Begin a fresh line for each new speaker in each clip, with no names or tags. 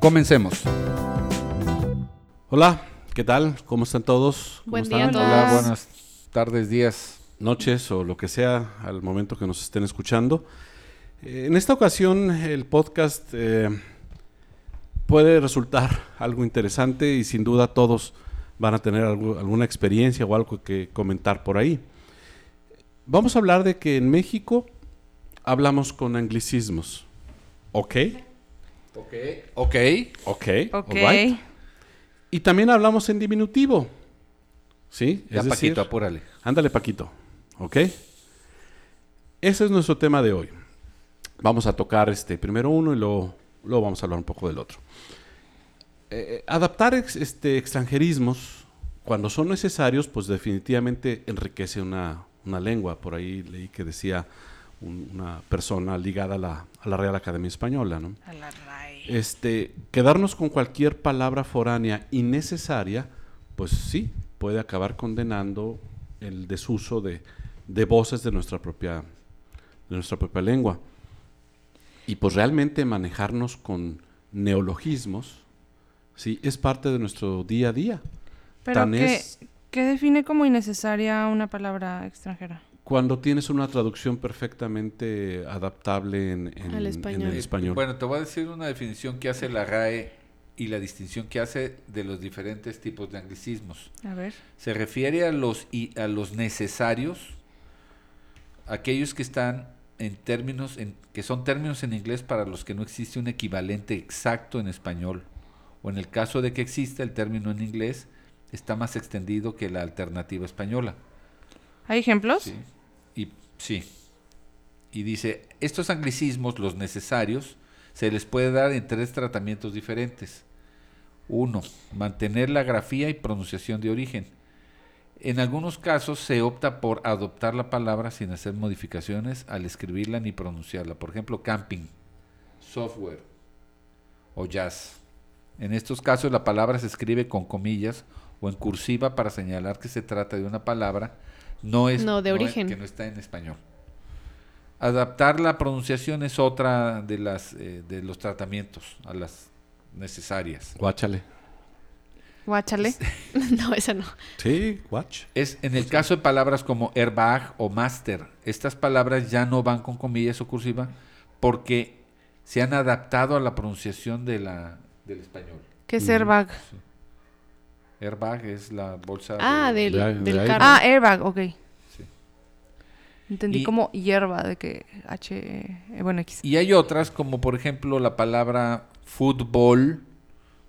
Comencemos.
Hola, ¿qué tal? ¿Cómo están todos? ¿Cómo
Buen
están?
día a
Hola,
todos.
buenas tardes, días.
Noches o lo que sea al momento que nos estén escuchando. Eh, en esta ocasión el podcast eh, puede resultar algo interesante y sin duda todos van a tener algo- alguna experiencia o algo que comentar por ahí. Vamos a hablar de que en México hablamos con anglicismos. ¿Ok?
Ok. Ok.
Ok.
Ok.
alright. Y también hablamos en diminutivo. ¿Sí?
Ya,
Es
Paquito,
decir,
apúrale.
ándale, Paquito. ¿Ok? Ese es nuestro tema de hoy. Vamos a tocar este primero uno y luego, luego vamos a hablar un poco del otro. Eh, adaptar ex- este, extranjerismos cuando son necesarios, pues definitivamente enriquece una, una lengua. Por ahí leí que decía un- una persona ligada a la, a la Real Academia Española, ¿no?
A la RAE.
Este, quedarnos con cualquier palabra foránea innecesaria, pues sí, puede acabar condenando el desuso de, de voces de nuestra propia de nuestra propia lengua. Y pues realmente manejarnos con neologismos, sí, es parte de nuestro día a día.
Pero
Tan
¿qué,
es-
qué define como innecesaria una palabra extranjera?
Cuando tienes una traducción perfectamente adaptable en, en-
Al español.
en el español.
Eh, Bueno, te voy a decir una definición que hace la RAE y la distinción que hace de los diferentes tipos de anglicismos.
A ver.
Se refiere a los, y- a los necesarios, aquellos que están en términos, en- que son términos en inglés para los que no existe un equivalente exacto en español. O en el caso de que exista, el término en inglés está más extendido que la alternativa española.
¿Hay ejemplos?
Sí. Y sí. Y dice, estos anglicismos, los necesarios, se les puede dar en tres tratamientos diferentes. Uno, mantener la grafía y pronunciación de origen. En algunos casos se opta por adoptar la palabra sin hacer modificaciones al escribirla ni pronunciarla. Por ejemplo, camping, software o jazz. En estos casos la palabra se escribe con comillas o en cursiva para señalar que se trata de una palabra no es
No, de
es-
origen.
que no está en español. Adaptar la pronunciación es otra de las eh, de los tratamientos a las necesarias.
Guáchale.
Guáchale.
no, esa no.
Sí, guach.
Es en el caso de palabras como airbag o master. Estas palabras ya no van con comillas o cursiva porque se han adaptado a la pronunciación de la, del español.
¿Qué es airbag?
Airbag es la bolsa.
Ah,
de-
del,
de-
del
de aire.
carro.
Ah, airbag, ok.
Sí.
Entendí
Y-
como hierba de que H, eh, bueno, X.
Y hay otras como por ejemplo la palabra fútbol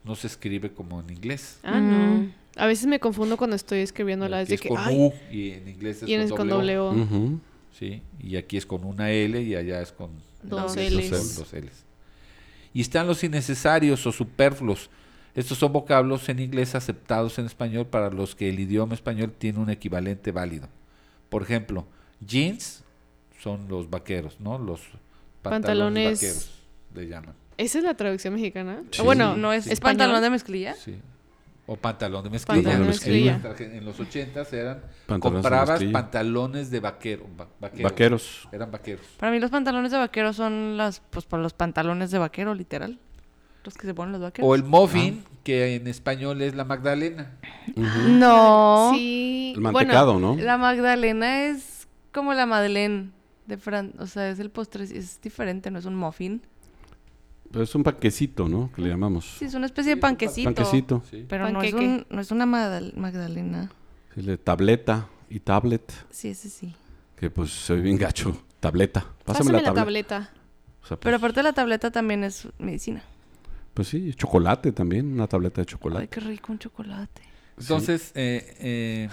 no se escribe como en inglés.
Ah, no.
Mm.
A veces me confundo cuando estoy escribiendo la vez
Aquí
de
es
que.
con
Ay,
U y en inglés es
¿quién es
con,
con
W.
doble O?
Ujú.
Sí, y aquí es con una L y allá es con
Dos
con
Ls.
dos Ls. Y están los innecesarios o superfluos. Estos son vocablos en inglés aceptados en español para los que el idioma español tiene un equivalente válido. Por ejemplo, jeans son los vaqueros, ¿no? Los pantalones,
Pantalones-
vaqueros le llaman.
¿Esa es la traducción mexicana?
Sí.
O Bueno,
Ah, ¿No es,
español.
pantalón de mezclilla?
Sí. O pantalón de mezclilla.
¿Eh? Pantalón
de mezclilla.
En los- En los ochentas eran
Pantalones de
comprabas
mezclilla.
pantalones de vaquero, va- vaqueros.
Vaqueros.
Eran vaqueros.
Para mí los pantalones de vaquero son las, pues, para los pantalones de vaquero, literal. Los que se ponen los vaqueros.
O el muffin,
Ah.
que en español es la Magdalena.
No.
Sí.
El mantecado, ¿no?
La Magdalena es como la Madeleine de Fran... O sea, es el postre, es diferente, no es un muffin.
Pero es un panquecito, ¿no? Que le llamamos.
Sí, es una especie de panquecito.
Panquecito.
Sí.
Pero no es,
Panqueque.
un- no es una madal- Magdalena.
Sí, le- tableta y tablet.
Sí, ese sí.
Que pues soy bien gacho. Tableta.
Pásame, la,
tableta.
tableta.
O sea, pues,
Pero aparte la tableta también es medicina.
pues sí, chocolate también. Una tableta de
Ay,
chocolate.
qué rico un chocolate.
Entonces, eh, eh,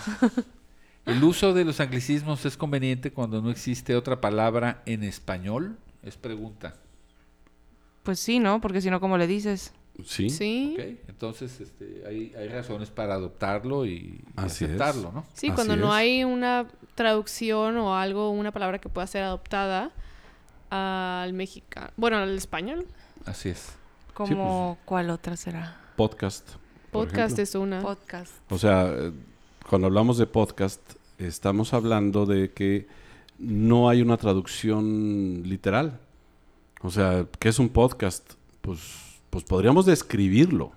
el uso de los anglicismos es conveniente cuando no existe otra palabra en español. Es pregunta.
Pues sí, ¿no? Porque si no, ¿cómo le dices?
Sí.
Sí.
¿ok? Entonces, este, hay, hay razones para adoptarlo y, y
Así es.
aceptarlo, ¿no?
Sí,
Así
cuando no
es.
hay una traducción o algo, una palabra que pueda ser adoptada al mexicano, bueno, al español.
Así es.
Como,
pues.
¿cuál otra será?
Podcast. por
Podcast
ejemplo.
es
Ah.
una.
Podcast.
O sea, eh, cuando hablamos de podcast, estamos hablando de que no hay una traducción literal. O sea, ¿qué es un podcast? Pues, pues podríamos describirlo,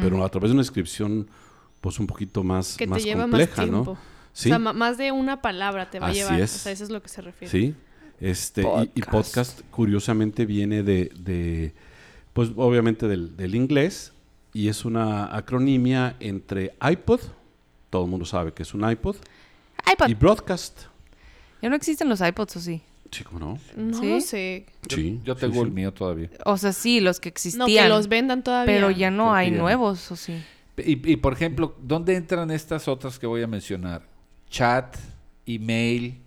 pero a través de una descripción pues un poquito más,
que
más
te lleva
compleja,
más tiempo.
¿no? Sí,
O sea, ma- más de una palabra te va
Así
a llevar.
es.
O sea, eso es lo que se refiere.
sí. Este, y- Y,
Podcast.
podcast curiosamente viene de, de, pues obviamente del, del inglés y es una acronimia entre iPod, todo el mundo sabe que es un iPod,
iPod.
y broadcast.
Ya no existen los iPods, ¿o sí?
Sí, ¿cómo no?
No
¿Sí?
lo sé.
Yo-
Sí,
Yo,
sí,
tengo
sí.
el mío todavía.
O sea, sí, los que
No, que
existían.
los vendan todavía.
pero ya no
Creo
hay
que ya no.
nuevos, ¿o sí?
Y, y, por ejemplo, ¿dónde entran estas otras que voy a mencionar? Chat, email,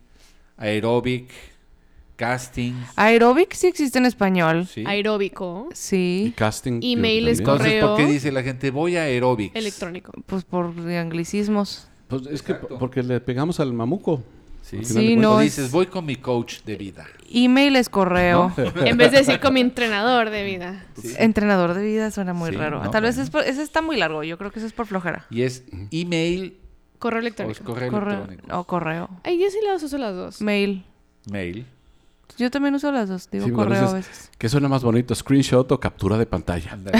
aeróbic, casting.
Aerobic sí existe en español.
¿sí?
Aeróbico,
Y
Sí.
casting. creo
Email
que
es
también.
Entonces, ¿por qué
correo.
dice la gente voy a aeróbic?
electrónico.
Pues por anglicismos.
Pues es que
Exacto.
porque le pegamos al mamuco.
Sí,
Al final
Sí,
de
no,
O
cuentas,
dices, voy con mi coach de vida.
Email es correo.
en vez de decir como entrenador de vida.
¿sí?
Entrenador de vida suena muy
Sí,
raro.
no,
Tal vez
bueno.
es por- ese está muy largo. Yo creo que eso es por flojera.
Y es email
Correo
o es
electrónico.
correo
Correo.
electrónico.
O correo.
Ay, yo sí las uso las dos.
Mail.
Mail.
Yo también uso las dos. Digo
Sí, bueno,
correo
dices-
a veces.
¿Qué suena más bonito, screenshot o captura de pantalla?
ándale.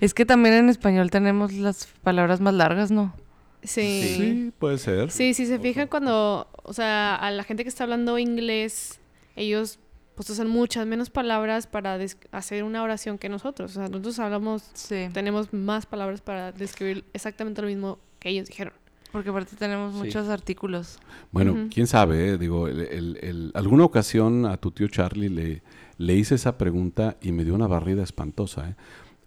Es que también en español tenemos las palabras más largas, ¿no?
Sí. sí.
Sí, puede ser.
Sí, si se fijan cuando, o sea, a la gente que está hablando inglés, ellos pues usan muchas menos palabras para des- hacer una oración que nosotros. O sea, nosotros hablamos,
Sí.
tenemos más palabras para describir exactamente lo mismo que ellos dijeron.
Porque aparte tenemos
Sí.
muchos artículos.
Bueno,
Ujú.
quién sabe, eh? digo, el- el- el- alguna ocasión a tu tío Charlie le, le hice esa pregunta y me dio una barrida espantosa. ¿eh?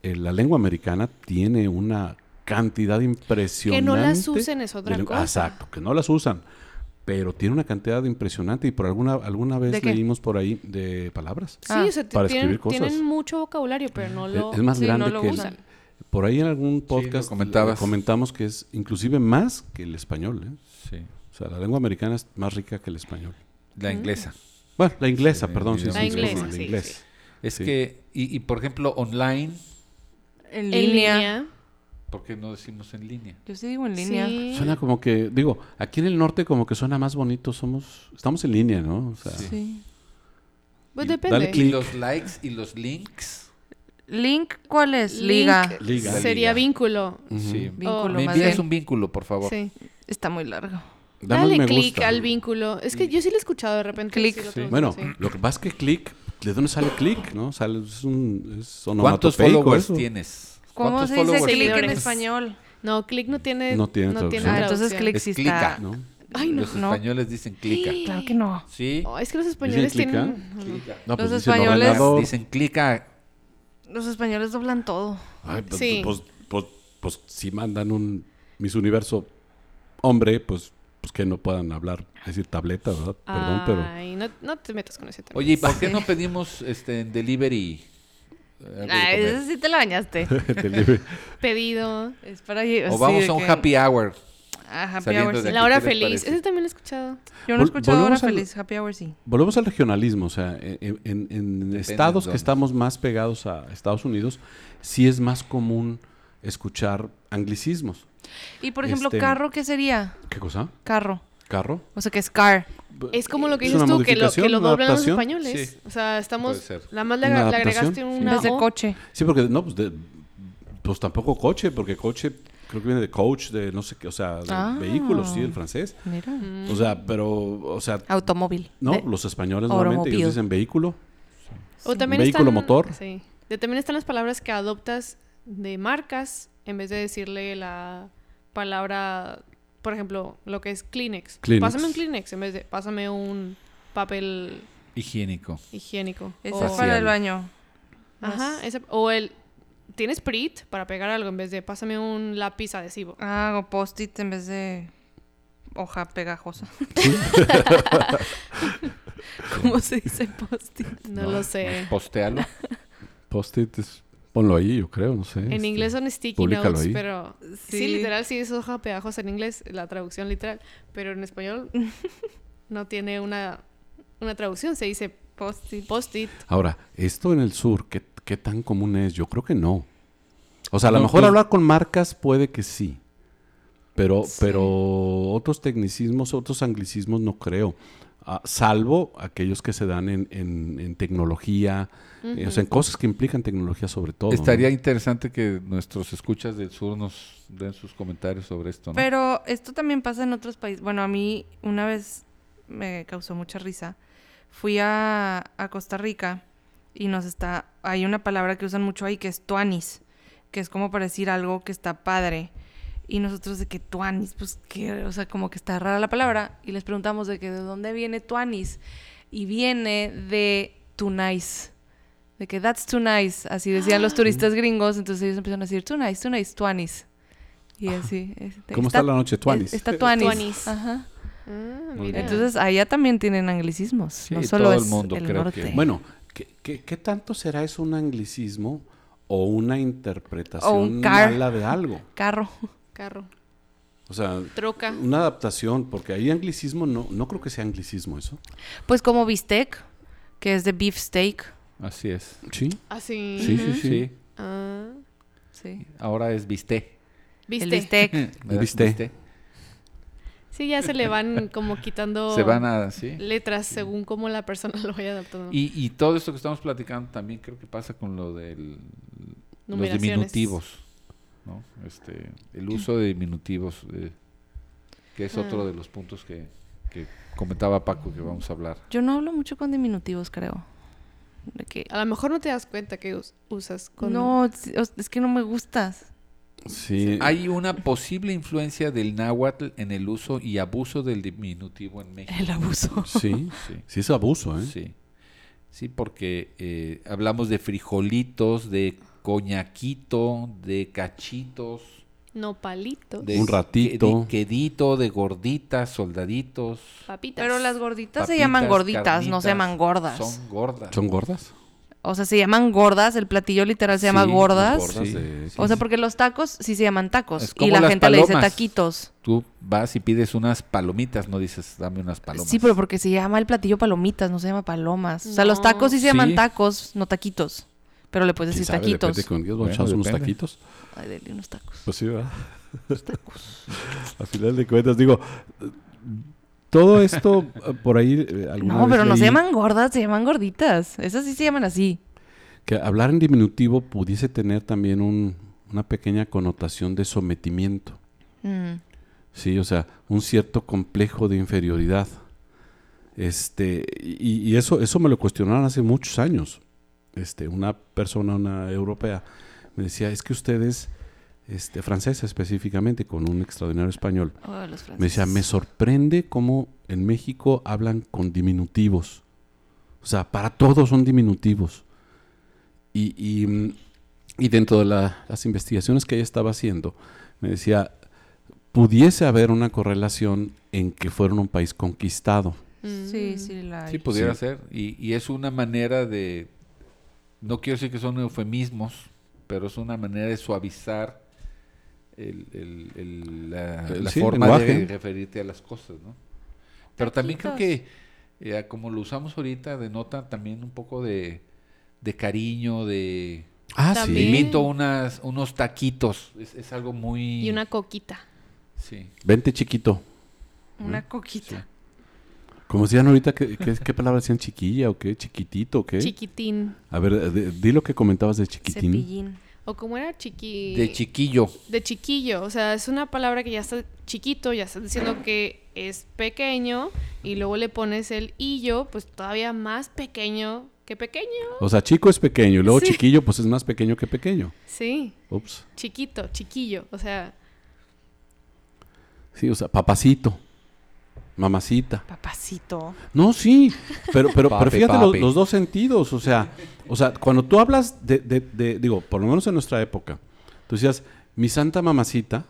Eh, la lengua americana tiene una cantidad
Que
impresionante.
no las usen es otra
de lengua-
cosa.
Exacto, que no las usan. Pero tiene una cantidad impresionante y por alguna, alguna
¿De
vez
qué?
leímos por ahí de palabras.
Sí,
Ah.
o sea, te-
Para
tienen,
escribir cosas.
tienen mucho vocabulario, pero no lo...
es más
sí, no
grande
lo
que el-
usan.
por ahí en algún
lo
podcast
comentabas.
le- comentamos que es inclusive más que el español. ¿eh?
Sí.
O sea, la lengua americana es más rica que el español.
La inglesa.
Bueno, la inglesa,
Sí,
perdón. Sí,
la
sí, sí, sí,
inglesa,
la
sí,
inglesa.
sí.
Es
Sí.
que, y, y, por ejemplo, online,
En
en
línea.
línea.
¿por qué no decimos en línea?
Yo sí digo en línea.
Sí.
Suena como que, digo, aquí en el norte como que suena más bonito, somos, estamos en línea, ¿no? O sea,
Sí.
Pues
Y
depende.
dale clic.
Y los likes y los links.
Link, Oh. ¿cuál es?
Link
Liga.
Liga.
Sería
Liga.
vínculo.
Sí.
Vínculo,
Me
más
envías
bien.
un vínculo, por favor.
Sí.
Está muy largo.
Dame un
Dale
me
clic
gusta.
al vínculo. Es que yo sí lo he escuchado de repente.
Clic.
sí lo
Sí.
tengo,
Bueno,
sí.
lo que pasa es que clic, ¿de dónde sale clic? ¿No? Sale, es un es
¿Cuántos
onomatopeico
followers
eso.
tienes?
¿Cómo
¿Cuántos
se dice
followers
click en
tienes?
español?
No, click no tiene.
No tiene traducción.
Ah, entonces
traducción.
click
Es
sí
clica.
está.
¿No?
Ay, no.
Los
no.
españoles dicen clica.
Claro que no.
Sí.
Oh, es que los españoles
clic,
tienen.
Clica.
No, pues
Los
dice el
españoles-
ordenador.
Dicen clica.
Los españoles doblan todo.
Ay, pues,
Sí.
pues, pues- pues, si mandan un Miss Universo hombre, pues, pues que no puedan hablar, decir tableta, ¿verdad? Perdón, pero...
Ay, no, no te metas con ese tema.
Oye, ¿y por qué no pedimos este, en delivery? eh, algo de
Ah,
comer?
esa sí te la bañaste.
Delivery.
Pedido.
es para lle-
O
sí,
vamos
de
a un
que-
happy hour.
Ah, happy
saliendo
hour.
de
sí.
aquí.
La hora
¿qué les
feliz.
parece?
Ese también lo he escuchado.
Yo no he
Vol-
escuchado hora
volvemos al-
feliz. Happy hour sí.
Volvemos al regionalismo, o sea, en, en- en estados
dónde.
que estamos más pegados a Estados Unidos, sí es más común escuchar anglicismos.
Y por ejemplo,
Este-
carro, ¿qué sería?
¿Qué cosa?
Carro.
¿Carro?
O sea, que es car.
Es como lo que
¿Es
dices
una
tú, que lo, que
modificación,
lo
una
doblan los
adaptación?
españoles.
Sí.
O sea, estamos.
Puede ser.
La más le,
Una
agra- le
adaptación,
agregaste
sí.
una.
Desde
o.
coche.
Sí, porque no, pues, de- pues tampoco coche, porque coche creo que viene de coach, de no sé qué, o sea, de
Ah.
vehículos, sí, el francés.
Mira.
O sea, pero, o sea,
Mm. Automóvil.
no,
Ah, De-
los españoles normalmente
Automóvil.
ellos dicen vehículo.
O también
Vehículo,
están-
motor.
Sí. De- también están las palabras que adoptas de marcas en vez de decirle la palabra, por ejemplo, lo que es Kleenex.
Kleenex.
Pásame un Kleenex en vez de pásame un papel
Higiénico.
higiénico.
Ese
O,
es para el
Facial.
baño.
ajá, esa- o el tienes Prit para pegar algo en vez de pásame un lápiz adhesivo.
Ah, o post-it en vez de hoja pegajosa. ¿Cómo se dice post-it?
No,
No.
lo sé.
Postealo.
Post-it es Ponlo ahí, yo creo, no sé.
En
este,
inglés son sticky
públicalo
notes,
ahí.
pero sí.
Sí.
literal, sí es hoja pegajosa en inglés, la traducción literal, pero en español no tiene una, una traducción, se dice post-it.
Ahora, esto en el sur, ¿qué, qué tan común es? Yo creo que no. O sea, a lo
No,
mejor
pues-
hablar con marcas puede que sí. Pero,
Sí.
pero otros tecnicismos, otros anglicismos no creo. Ah, salvo aquellos que se dan en, en- en tecnología, eh, o sea, en cosas que implican tecnología sobre todo. ¿no?
Estaría interesante que nuestros escuchas del sur nos den sus comentarios sobre esto, ¿no?
Pero esto también pasa en otros países. Bueno, a mí una vez me causó mucha risa. Fui a, a Costa Rica y nos está. Hay una palabra que usan mucho ahí que es tuanis, que es como para decir algo que está padre. Y nosotros de que tuanis, pues que, o sea, como que está rara la palabra. Y les preguntamos de que de dónde viene tuanis. Y viene de too nice. De que that's too nice. Así decían
Ah.
los turistas gringos. Entonces ellos empezaron a decir too nice, too nice, tuanis. Y así. este,
Ah. ¿Cómo está, la noche, Tuanis?
es- Está Tuanis.
Tuanis.
Ajá.
Ah,
Muy
mira.
bien.
Entonces, allá también tienen anglicismos. no solo
todo el
es el
mundo creo
norte.
que-
Bueno, ¿qué, qué, qué tanto será eso un anglicismo o una interpretación
car.
mala de algo?
Carro.
Carro.
O sea,
Troca.
una adaptación, porque ahí anglicismo no, no creo que sea anglicismo eso.
Pues como bistec, que es de beef steak.
Así es.
Sí.
Así.
Sí, sí, sí,
Ah,
Sí.
Ahora es bisté.
¿Viste?
El bistec.
¿Verdad?
Bisté.
Sí, ya se le van como quitando
Se van a... ¿sí?
letras según cómo la persona lo vaya
Oh.
adaptando.
Y, y todo esto que estamos platicando también creo que pasa con lo de los
Numeraciones.
diminutivos, ¿no? Este, el uso de diminutivos, eh, que es
Ah.
otro de los puntos que, que comentaba Paco que vamos a hablar.
Yo no hablo mucho con diminutivos, creo. De que-
A lo mejor no te das cuenta que us- usas con...
No, sí, o- es que no me gustas.
Sí.
Hay una posible influencia del náhuatl en el uso y abuso del diminutivo en México.
El abuso.
Sí.
Sí.
Sí, es abuso, ¿eh?
Sí. Sí, porque eh, hablamos de frijolitos, de coñaquito, de cachitos,
Nopalitos.
de
Un ratito.
quedi- quedito, de gorditas, soldaditos.
Papitas.
Pero las gorditas se
papitas,
llaman gorditas, no
carnitas,
se llaman gordas.
Son gordas.
¿Son gordas?
O sea, se llaman gordas. El platillo literal se llama
Sí,
gordas.
los gordas
Sí.
de-
O sea,
sí.
porque los tacos sí se llaman tacos.
Es
Y
como
la
las
gente le dice
palomas.
taquitos.
tú vas y pides unas palomitas, no dices dame unas palomas.
Sí, pero porque se llama el platillo palomitas, no se llama palomas. O sea, los
No.
tacos sí se llaman
Sí.
tacos, no taquitos. Pero le puedes
¿Quién
decir
sabe?
taquitos.
Depende con Dios,
Bueno,
vamos a echar unos
depende.
taquitos.
Ay, dele unos tacos.
Pues sí, ¿verdad? A final de cuentas, digo, todo esto eh, por ahí... eh, alguna
No,
vez
pero no se
leí
llaman gordas, se llaman gorditas. Esas sí se llaman así.
Que hablar en diminutivo pudiese tener también un- una pequeña connotación de sometimiento.
Mm.
Sí, o sea, un cierto complejo de inferioridad. Este, y, y eso, eso me lo cuestionaron hace muchos años. Este, una persona, una europea, me decía, es que ustedes, este, francesa específicamente, con un extraordinario español,
Oh, los
me decía, me
franceses.
sorprende cómo en México hablan con diminutivos. O sea, para todos son diminutivos. Y, y, mm, y dentro de la- las investigaciones que ella estaba haciendo, me decía, pudiese haber una correlación en que fueron un país conquistado.
Mm.
Sí, sí, la hay.
Sí, pudiera
Sí.
ser. Y, y es una manera de, no quiero decir que son eufemismos, pero es una manera de suavizar el- el- el- la,
El-
la
sí, el
forma de
lenguaje.
referirte a las cosas, ¿no? Pero también creo que, eh, como lo usamos ahorita, denota también un poco de, de cariño, de...
Ah,
sí.
Te
También.
invito unas, unos taquitos. Es, es algo muy...
Y una coquita.
Sí.
Vente chiquito.
Una coquita.
Como decían ahorita, ¿qué, qué, qué palabra decían? ¿Chiquilla o qué? ¿Chiquitito o qué?
Chiquitín.
A ver, eh, de- di lo que comentabas de chiquitín.
Cepillín.
O como era chiqui...
De chiquillo.
de chiquillo. O sea, es una palabra que ya está chiquito, ya estás diciendo que es pequeño y luego le pones el illo, pues todavía más pequeño que pequeño.
O sea, chico es pequeño y luego
Sí.
chiquillo, pues es más pequeño que pequeño.
Sí,
Ups.
chiquito, chiquillo. O sea,
Sí, o sea, papacito. Mamacita.
Papacito.
No, sí. Pero, pero, pero
Pape,
fíjate lo-
pape.
los dos sentidos. O sea, o sea, cuando tú hablas de, de- de- digo, por lo menos en nuestra época, tú decías, mi santa mamacita,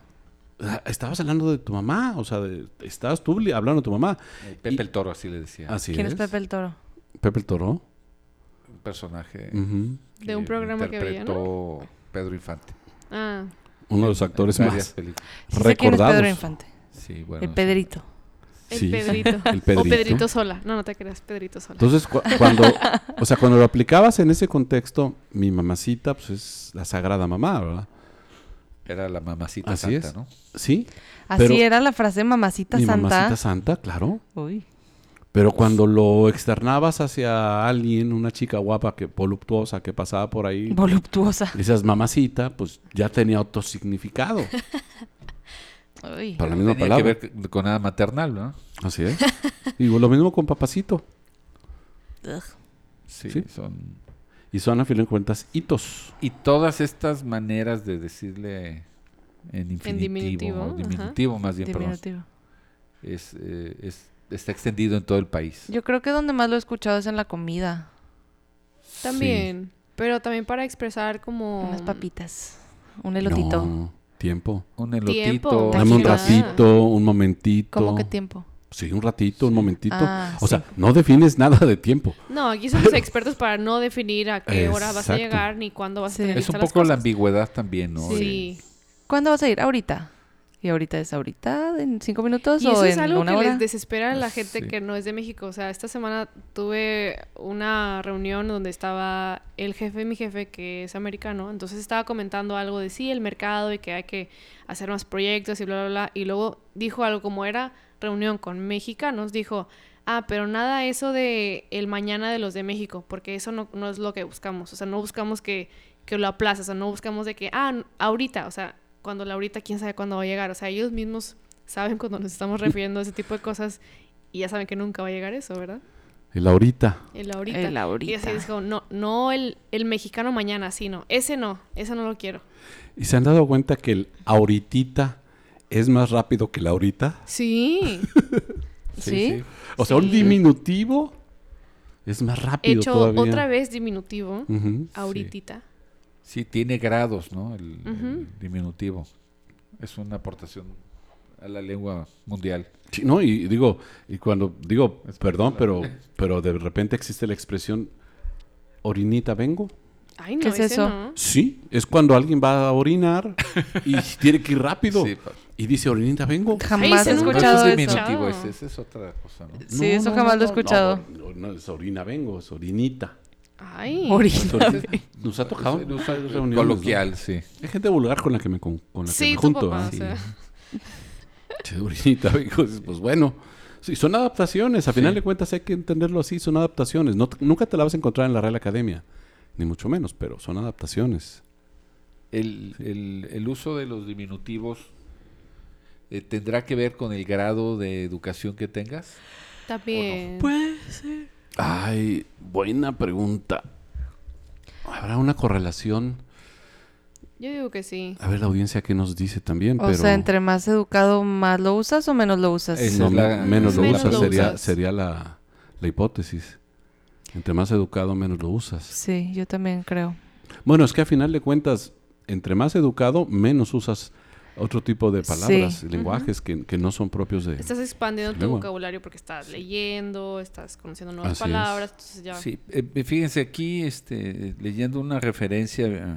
ah, estabas hablando de tu mamá. O sea, de- estabas tú li- hablando de tu mamá.
Eh, Pepe
Y-
el Toro, así le decía.
Así
¿Quién
es.
es Pepe el Toro?
Pepe el Toro.
un personaje
Ujú.
De un programa que veía, ¿no?
interpretó Pedro Infante.
Ah,
Uno de los actores
En varias
más
películas.
Sí sé quién es
recordados.
Pedro Infante.
Sí, bueno.
El Pedrito.
el
Sí, sí.
Pedrito.
El Pedrito.
O Pedrito Sola. No, no te creas, Pedrito Sola.
Entonces, cu- cuando, o sea, cuando lo aplicabas en ese contexto, mi mamacita, pues es la sagrada mamá, ¿verdad?
Era la mamacita
Así
santa,
es.
¿no?
Sí,
Así
Pero-
era la frase mamacita
mi
santa.
mamacita santa, claro.
Uy.
Pero cuando lo externabas hacia alguien, una chica guapa, que voluptuosa, que pasaba por ahí,
Voluptuosa.
esas mamacita, pues ya tenía otro significado
Uy.
para la misma
Tenía
palabra.
que ver con nada maternal, ¿no?
Así es. Y lo mismo con papacito.
Ugh.
Sí,
Sí.
son...
Y son, a fin de cuentas, hitos.
Y todas estas maneras de decirle en infinitivo,
diminutivo,
o
ajá.
diminutivo más bien, perdón,
Diminutivo.
es, eh, es- está extendido en todo el país.
Yo creo que donde más lo he escuchado es en la comida.
También. Pero también para expresar como...
Unas papitas. Un elotito.
No, tiempo.
Un elotito.
Tiempo.
Dame un
Taquitos.
ratito, un momentito.
¿Cómo que tiempo?
Sí, un ratito, un momentito.
Ah,
o
sí.
sea, no defines nada de tiempo.
No, aquí somos expertos para no definir a qué hora vas a
Exacto.
llegar ni cuándo vas
Sí.
a tener
Es un
listas las
poco la
cosas.
ambigüedad también, ¿no?
Sí.
¿Cuándo vas a ir? Ahorita. ¿Y ahorita es ahorita? ¿En cinco minutos
Y
o
eso es
en
algo
una
que
hora?
les desespera a la gente
Sí.
que no es de México. O sea, esta semana tuve una reunión donde estaba el jefe de mi jefe, que es americano. Entonces estaba comentando algo de sí, el mercado y que hay que hacer más proyectos y bla, bla, bla. Y luego dijo algo como era reunión con mexicanos. Dijo, ah, pero nada eso de el mañana de los de México, porque eso no, no es lo que buscamos. O sea, no buscamos que, que lo aplazas, o sea, no buscamos de que, ah, n- ahorita, o sea, cuando la ahorita, quién sabe cuándo va a llegar. O sea, ellos mismos saben cuando nos estamos refiriendo a ese tipo de cosas y ya saben que nunca va a llegar eso, ¿verdad?
El ahorita.
El ahorita.
El ahorita.
Y así dijo, no, no el, el mexicano mañana, sí, no. Ese no, ese no lo quiero.
¿Y se han dado cuenta que el ahoritita es más rápido que el ahorita?
Sí,
¿Sí?
O sea, un
Sí.
diminutivo es más rápido
hecho
todavía. Mm,
otra vez diminutivo,
Ujú.
ahoritita.
Sí, tiene grados, ¿no? El, el
Ujú.
diminutivo. Es una aportación a la lengua mundial.
Sí, no, y digo, y cuando digo, perdón, pero, pero de repente existe la expresión orinita vengo.
Ay, no,
¿Qué es
ese
eso?
no.
Sí, es cuando alguien va a orinar y tiene que ir rápido
Sí, pa-
y dice orinita vengo.
Jamás
Ay,
he
se nunca-
escuchado
no es
eso.
diminutivo,
eso.
ese, ese es otra cosa, ¿no?
Sí, eso jamás lo he escuchado.
No, no, es orina vengo, es orinita.
Ay,
Ahorita.
Nos ha tocado en
Es- es-
esas reuniones,
Coloquial, sí.
¿no? Hay gente vulgar con la que me, con, con la que
sí,
me
tu
junto.
papá,
¿ah?
o sea,
Che, orinita vengo. Dices, Pues bueno. Sí, son adaptaciones. A final de cuentas hay que entenderlo así. Son adaptaciones. No, te- nunca te la vas a encontrar en la Real Academia. Ni mucho menos, pero son adaptaciones.
El, el- el uso de los diminutivos eh, tendrá que ver con el grado de educación que tengas.
también.
pues. Ay, buena pregunta. ¿Habrá una correlación?
Yo digo que sí.
A ver la audiencia que nos dice también,
O
pero...
sea, entre más educado, más lo usas o menos lo usas.
Es-
No,
Esa la-
menos lo
Menos
usas,
lo
sería,
usas.
sería la, la hipótesis. Entre más educado, menos lo usas.
Sí, yo también creo.
Bueno, es que a final de cuentas, entre más educado, menos usas otro tipo de palabras,
Sí.
y lenguajes que, que no son propios de...
Estás expandiendo tu
Luego.
vocabulario porque estás leyendo, estás conociendo nuevas
Así es.
palabras, entonces ya.
Sí, eh, fíjense aquí, este, leyendo una referencia eh,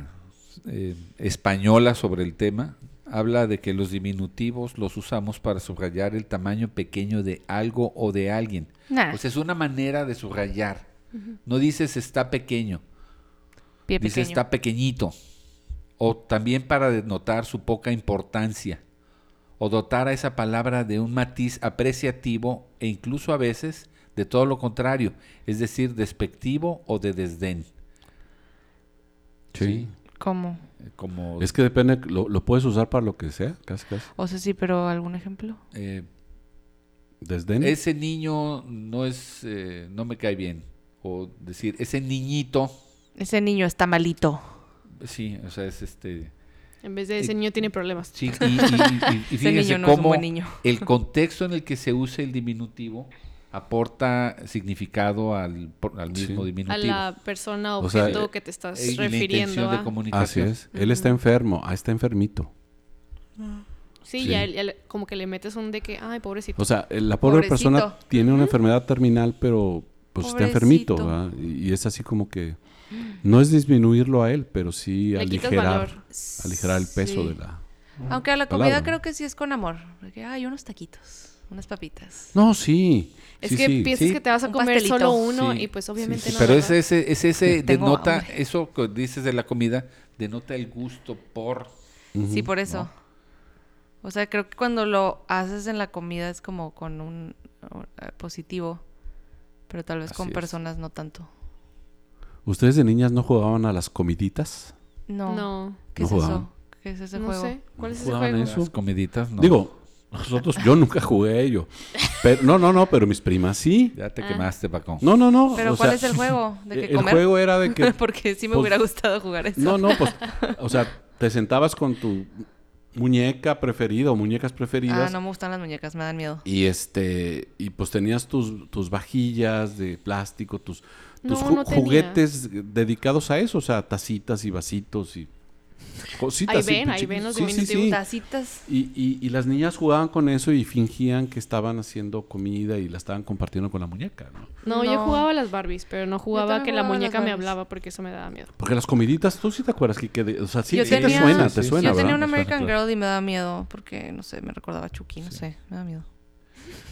eh, española sobre el tema, habla de que los diminutivos los usamos para subrayar el tamaño pequeño de algo o de alguien.
Nah,
O sea, es una manera de subrayar. No dices está pequeño,
pie
dices
pequeño.
está pequeñito. O también para denotar su poca importancia. O dotar a esa palabra de un matiz apreciativo e incluso a veces de todo lo contrario, es decir, despectivo o de desdén.
Sí.
¿Cómo?
Eh, Como
Es que depende, lo, lo puedes usar para lo que sea, casi, casi.
O sea, sí, pero ¿algún ejemplo?
eh,
Desdén.
ese niño no es, eh, no me cae bien. O decir, ese niñito,
Ese niño está malito.
sí, o sea, es este...
En vez de ese
Eh,
niño tiene problemas.
Sí, y, y- y- y- y
Ese
fíjense
niño no es un
cómo
buen niño.
el contexto en el que se usa el diminutivo aporta significado al, por- al mismo
Sí.
A
diminutivo.
la persona
O
objeto
sea,
que te estás
Eh, y la
refiriendo
intención de
a.
Así
comunicación.
es. Él está enfermo, ah, está enfermito.
Sí,
Sí.
Ya, el- el- como que le metes un de que, ay, pobrecito.
O sea, eh, la pobre
Pobrecito.
persona tiene una enfermedad terminal, pero pues está enfermito,
Pobrecito.
¿verdad? Y, y es así como que no es disminuirlo a él, pero sí
Le quitas
aligerar,
valor.
aligerar el peso
Sí.
de la...
Aunque a la
Palabra.
comida creo que sí es con amor. Porque hay unos taquitos, unas papitas.
No, sí.
Es
sí,
que
sí.
piensas
Sí.
que te vas a
Un
comer
pastelito.
solo uno
Sí,
y pues obviamente
sí,
no.
Pero
¿verdad?
ese, ese, ese, ese
Tengo
denota,
hambre.
eso que dices de la comida, denota el gusto por...
Sí, por eso. O sea, creo que cuando lo haces en la comida es como con un un, eh, positivo, pero tal vez
Así
con
es.
personas no tanto.
¿Ustedes de niñas no jugaban a las comiditas?
No.
No,
¿Qué
No
es
jugaban.
eso? ¿Qué es ese
no
juego?
sé. ¿Cuál es ese
Jugaban
juego?
eso.
Las comeditas, no.
Digo, nosotros, yo nunca jugué a ello. Pero, no, no, no, pero mis primas sí.
Ya te
Ah.
quemaste, Paco.
No, no, no.
Pero
o
¿cuál
sea,
es el juego? ¿De
eh,
qué
el
comer?
juego era de que
Porque sí me
pues,
hubiera gustado jugar eso. Ah,
No, no, pues, o sea, te sentabas con tu muñeca preferida o muñecas preferidas
ah, no me gustan las muñecas, me dan miedo.
y este y pues tenías tus, tus vajillas de plástico, tus tus
No,
ju-
no tenía.
juguetes dedicados a eso, o sea, tacitas y vasitos y cositas.
Ahí
así,
ven, ahí
pichiqui-
ven los
sí, sí, sí.
Tacitas.
Y, y- y las niñas jugaban con eso y fingían que estaban haciendo comida y la estaban compartiendo con la muñeca, ¿no?
No, yo
No.
jugaba a las Barbies, pero no jugaba
también
que la
jugaba a las
muñeca me
Barbies.
hablaba porque eso me daba miedo.
Porque las comiditas, tú sí te acuerdas, Kike, de- o sea, sí,
Yo
sí te
tenía-
suena, te
sí,
suena,
Yo
¿verdad?
tenía un
Me suena,
American
claro.
Girl y me da miedo porque, no sé, me recordaba a Chucky, no sé, me da miedo.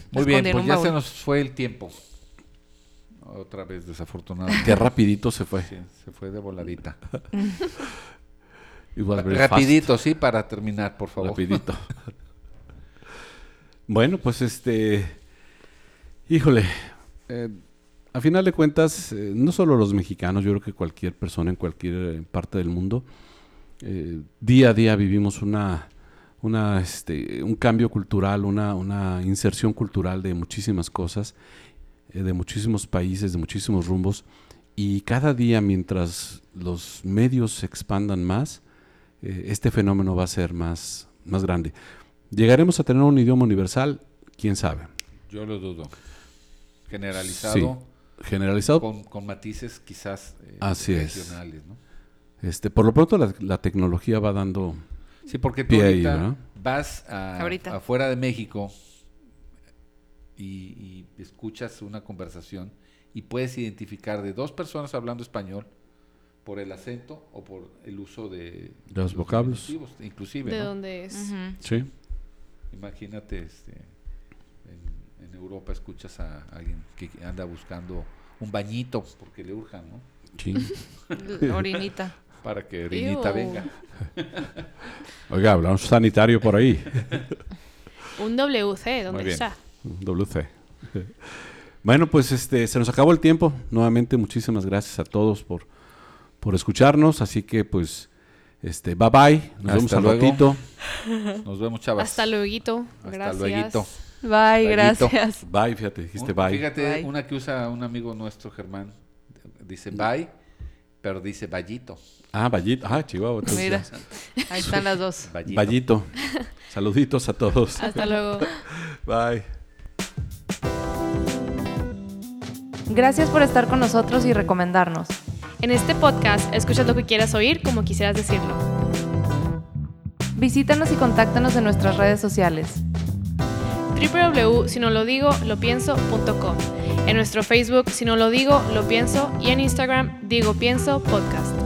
Muy bien,
escondí en
pues
un
ya
baúl.
se nos fue el tiempo. Otra vez, desafortunadamente.
Qué rapidito se fue.
Sí, se fue de voladita.
It was very fast.
Rapidito, sí, para terminar, por favor.
Rapidito. bueno, pues este. Híjole. eh, a final de cuentas, eh, no solo los mexicanos, yo creo que cualquier persona en cualquier eh, parte del mundo, eh, día a día vivimos una, una, este, un cambio cultural, una, una inserción cultural de muchísimas cosas, eh, de muchísimos países, de muchísimos rumbos. Y cada día, mientras los medios se expandan más, eh, este fenómeno va a ser más, más grande. ¿Llegaremos a tener un idioma universal? ¿Quién sabe?
Yo lo dudo. Generalizado,
Sí. Generalizado.
con, con matices quizás eh,
Así es.
regionales, ¿no?
Este, por lo pronto la, la tecnología va dando...
Sí, porque tú
Pie ahí,
ahorita
¿verdad?
vas a-
Ahorita.
afuera de México y, y escuchas una conversación y puedes identificar de dos personas hablando español por el acento o por el uso de
De los vocablos.
diminutivos, Inclusive,
¿De
¿no?
dónde es?
Ujú.
Sí.
Imagínate, este, en, en Europa escuchas a alguien que anda buscando un bañito porque le urjan, ¿no?
L- Orinita.
Para que Rinita
Ew.
venga.
Oiga, hablamos sanitario por ahí.
Un WC, ¿dónde
bien.
está?
WC. Bueno, pues este, se nos acabó el tiempo. Nuevamente, muchísimas gracias a todos por, por escucharnos. Así que, pues, este, bye bye. Nos
Hasta
vemos al
luego.
ratito.
Nos vemos, chavas.
Hasta luego.
Hasta
Gracias.
lueguito.
Bye,
Laguito.
gracias.
Bye, fíjate, dijiste
Un-
este bye.
Oh, Fíjate,
Bye.
una que usa un amigo nuestro, Germán, dice bye, pero dice vallito.
Ah, Vallito. Ah, Chihuahua. entonces
Mira,
ya.
ahí están las dos.
Vallito.
Vallito. Saluditos a todos.
Hasta luego.
Bye.
Gracias por estar con nosotros y recomendarnos.
En este podcast escuchas lo que quieras oír como quisieras decirlo.
Visítanos y contáctanos en nuestras redes sociales.
www.sinolodigolopienso.com En nuestro Facebook, Si No Lo Digo, Lo Pienso y en Instagram, Digo Pienso Podcast.